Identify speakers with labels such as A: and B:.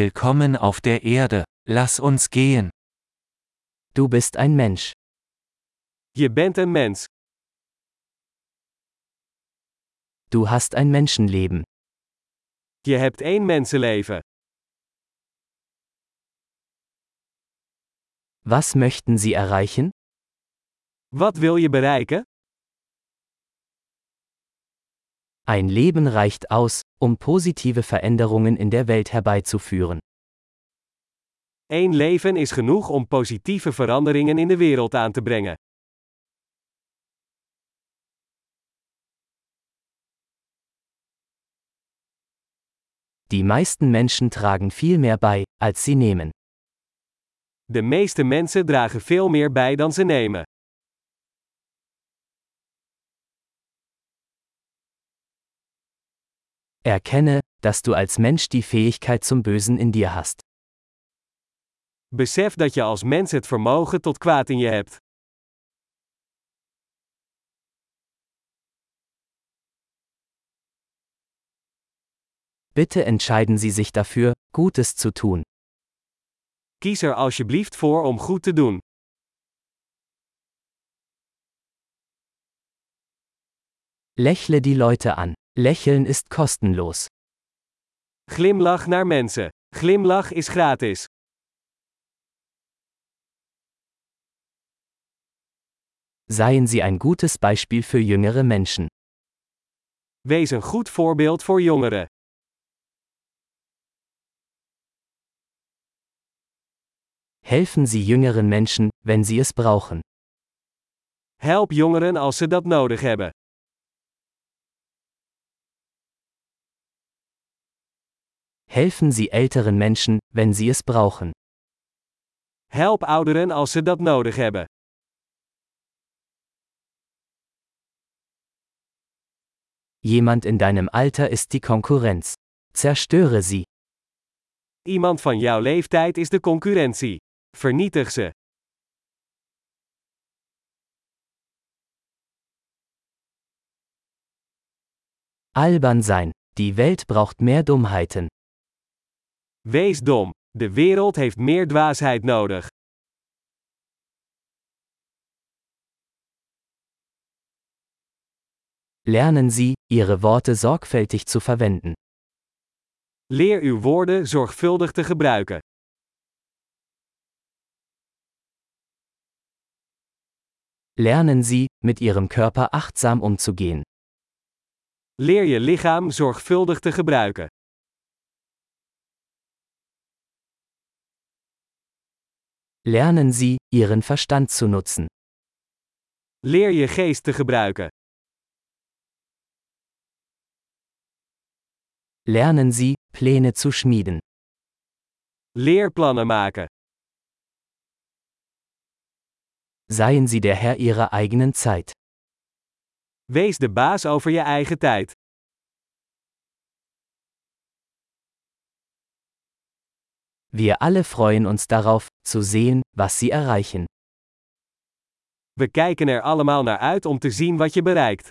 A: Willkommen auf der Erde, lass uns gehen.
B: Du bist ein Mensch.
C: Je bent een mens.
B: Du hast ein Menschenleben.
C: Je hebt één mensenleven.
B: Was möchten Sie erreichen?
C: Wat wil je bereiken?
B: Ein Leben reicht aus, um positive Veränderungen in der Welt herbeizuführen.
C: Eén leven is genoeg om positieve veranderingen in de wereld aan te brengen.
B: Die meisten Menschen tragen viel mehr bei, als sie nehmen.
C: De meeste mensen dragen veel meer bij dan ze nemen.
B: Erkenne, dass du als Mensch die Fähigkeit zum Bösen in dir hast.
C: Besef dat je als mens het vermogen tot kwaad in je hebt.
B: Bitte entscheiden Sie sich dafür, Gutes zu tun.
C: Kies er alsjeblieft voor om goed te doen.
B: Lächle die Leute an. Lächeln ist kostenlos.
C: Glimlach naar mensen. Glimlach is gratis.
B: Seien Sie ein gutes Beispiel für jüngere Menschen.
C: Wees een goed voorbeeld voor jongeren.
B: Helfen Sie jüngeren Menschen, wenn sie es brauchen.
C: Help jongeren als ze dat nodig hebben.
B: Helfen Sie älteren Menschen, wenn sie es brauchen.
C: Help ouderen als ze dat nodig hebben.
B: Jemand in deinem Alter ist die Konkurrenz. Zerstöre sie.
C: Iemand van jouw leeftijd is de concurrentie. Vernietig ze.
B: Albern sein. Die Welt braucht mehr Dummheiten.
C: Wees dom. De wereld heeft meer dwaasheid nodig.
B: Lernen Sie, Ihre Worte sorgfältig zu verwenden.
C: Leer uw woorden zorgvuldig te gebruiken.
B: Lernen Sie, mit Ihrem Körper achtsam umzugehen.
C: Leer je lichaam zorgvuldig te gebruiken.
B: Lernen Sie, Ihren Verstand zu nutzen.
C: Leer je geest te gebruiken.
B: Lernen Sie, Pläne zu schmieden.
C: Leer plannen maken.
B: Seien Sie der Herr Ihrer eigenen Zeit.
C: Wees de baas over je eigen tijd.
B: Wir alle freuen uns darauf, zu sehen, was Sie erreichen.
C: We kijken er allemaal naar uit om te zien wat je bereikt.